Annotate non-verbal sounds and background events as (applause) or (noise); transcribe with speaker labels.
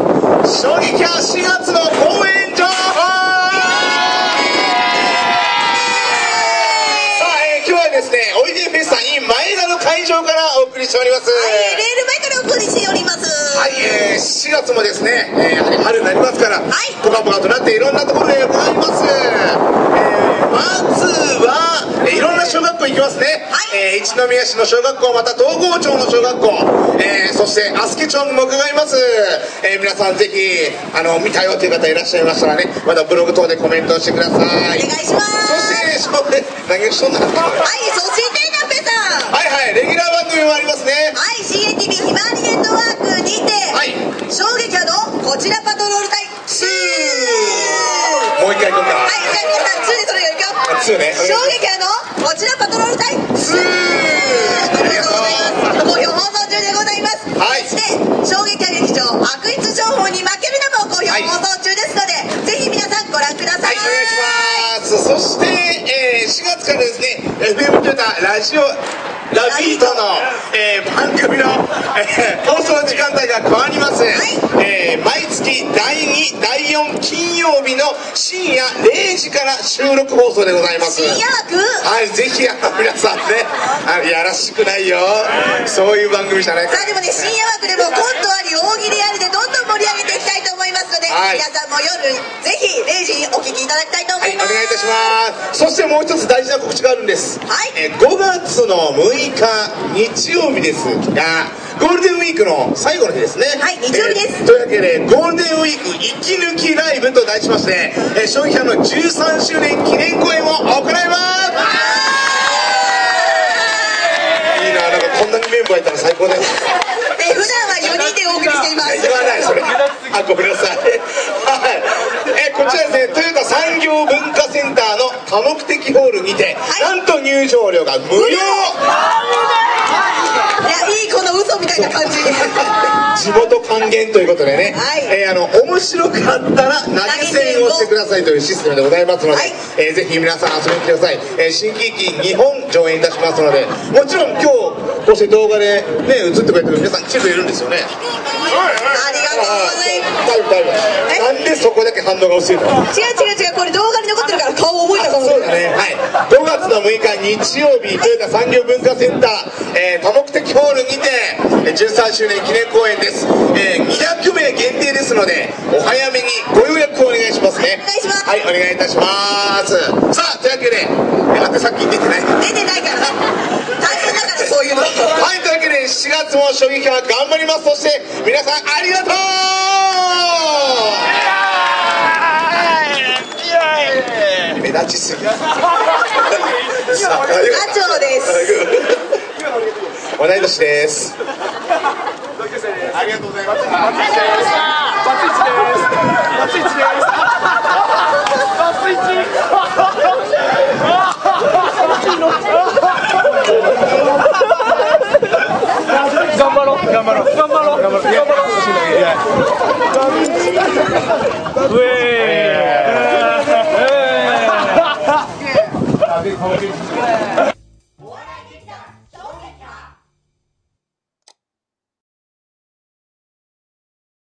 Speaker 1: 衝撃波4月の公演情報さあ、えー今日はですね、おいでフェスタ in 前田の会場からお送りしております。
Speaker 2: えーレール前からお送りしております。
Speaker 1: は、
Speaker 2: はい
Speaker 1: えー、4月もですね、えーやはり春になりますから、
Speaker 2: い
Speaker 1: ポカポカとなっていろんなところでございます。えーまずは、えーいろんな小学校行きますね。
Speaker 2: はい
Speaker 1: えー一宮市の小学校、また東郷町の小学校、えーそして足助町も伺います。えー皆さんぜひ、あの、見たよという方いらっしゃいましたらね、またブログ等でコメントしてください。
Speaker 2: お願いします
Speaker 1: そして、少年、何をしとんだはい
Speaker 2: い、そしてカンペさん。
Speaker 1: はい、レギュラー番組もありますね。
Speaker 2: はい、CATV ひまわりネットワークにて、
Speaker 1: はい
Speaker 2: 衝撃波のこちらパトロール隊
Speaker 1: ツ
Speaker 2: 2。は
Speaker 1: ーもう一回行こうか。
Speaker 2: い、じゃあ皆さん2でそれがいくよ。
Speaker 1: あツーね
Speaker 2: 衝撃波のこちらパトロール隊2。
Speaker 1: ツー
Speaker 2: ありがとうございます。好評放送中でございます。
Speaker 1: はい
Speaker 2: そして衝撃波劇場悪質情報に負けるなも好評
Speaker 1: はい
Speaker 2: 放送中ですので、ぜひ皆さんご覧くださ
Speaker 1: はい、お願いします。そして、えー4月からですね、FM トヨタラジオ、ラビートの、えー番組の、えー放送時間帯が変わります。えー毎月第2、第4金曜日の深夜0時から収録放送でございます。
Speaker 2: 深夜枠
Speaker 1: はい、ぜひ、あの、皆さんね、あの、やらしくないよ。そういう番組じゃないか
Speaker 2: さあでもね深夜枠でもコントあり大喜利ありでどんどん盛り上げていきたいと思いますので、
Speaker 1: はい
Speaker 2: 皆さんも夜ぜひ0時にお聞きいただきたいと思
Speaker 1: はい、
Speaker 2: い
Speaker 1: お
Speaker 2: ます、
Speaker 1: 願いいたします。そしてもう一つ大事な告知があるんです。
Speaker 2: はい
Speaker 1: えー5月の6日、日曜日ですが、ゴールデンウィークの最後の日ですね。
Speaker 2: はい日曜日です
Speaker 1: えーというわけで、ゴールデンウィーク息抜きライブと題しまして、えー、消費者の13周年記念公演を行います。いいな、なんかこんなにメンバーいたら最高です。
Speaker 2: で普段は4人でお送りしていま
Speaker 1: いや
Speaker 2: す
Speaker 1: 言わないそれあごめんなさい (laughs) はいえこちらですねトヨタ産業文化センターの多目的ホールにて、
Speaker 2: はい
Speaker 1: なんと入場料が無料
Speaker 2: いやいいこの嘘みたいな感じ
Speaker 1: 地元還元ということでね、
Speaker 2: はい
Speaker 1: えーあの面白かったら投げ銭をしてくださいというシステムでございますので、
Speaker 2: はい
Speaker 1: えーぜひ皆さん遊びに来てください、えー新喜劇日本上演いたしますのでもちろん今日こうして動画でね映ってくれてる皆さん来てくれるんですよね
Speaker 2: ありがとうございます
Speaker 1: だいぶだいぶなんでそこだけ反応が薄いの
Speaker 2: 違う違う違うこれ動画に残ってるから顔覚えた
Speaker 1: そうだね、はい、5月の6日日曜日、豊田産業文化センター、えー多目的ホールにて、えー13周年記念公演です、えー200名限定ですので、お早めにご予約をお願いしますね。
Speaker 2: お願いします
Speaker 1: はい、お願いいたします。さあ、というわけで、えー、宛先出てない。
Speaker 2: 出てないから大変だからそういうの
Speaker 1: はい、というわけで、4月も衝撃は頑張ります。そして、皆さんありがとう目立ちすぎ。さ
Speaker 2: 課
Speaker 1: あ
Speaker 2: 長です
Speaker 1: 同い年です。
Speaker 3: ありがとうございます。バツイチです。バツイチです。バツイチです。バツイチ。頑張ろう。頑張ろう。頑張ろう。頑張ろう。頑張ろう。ウェーイ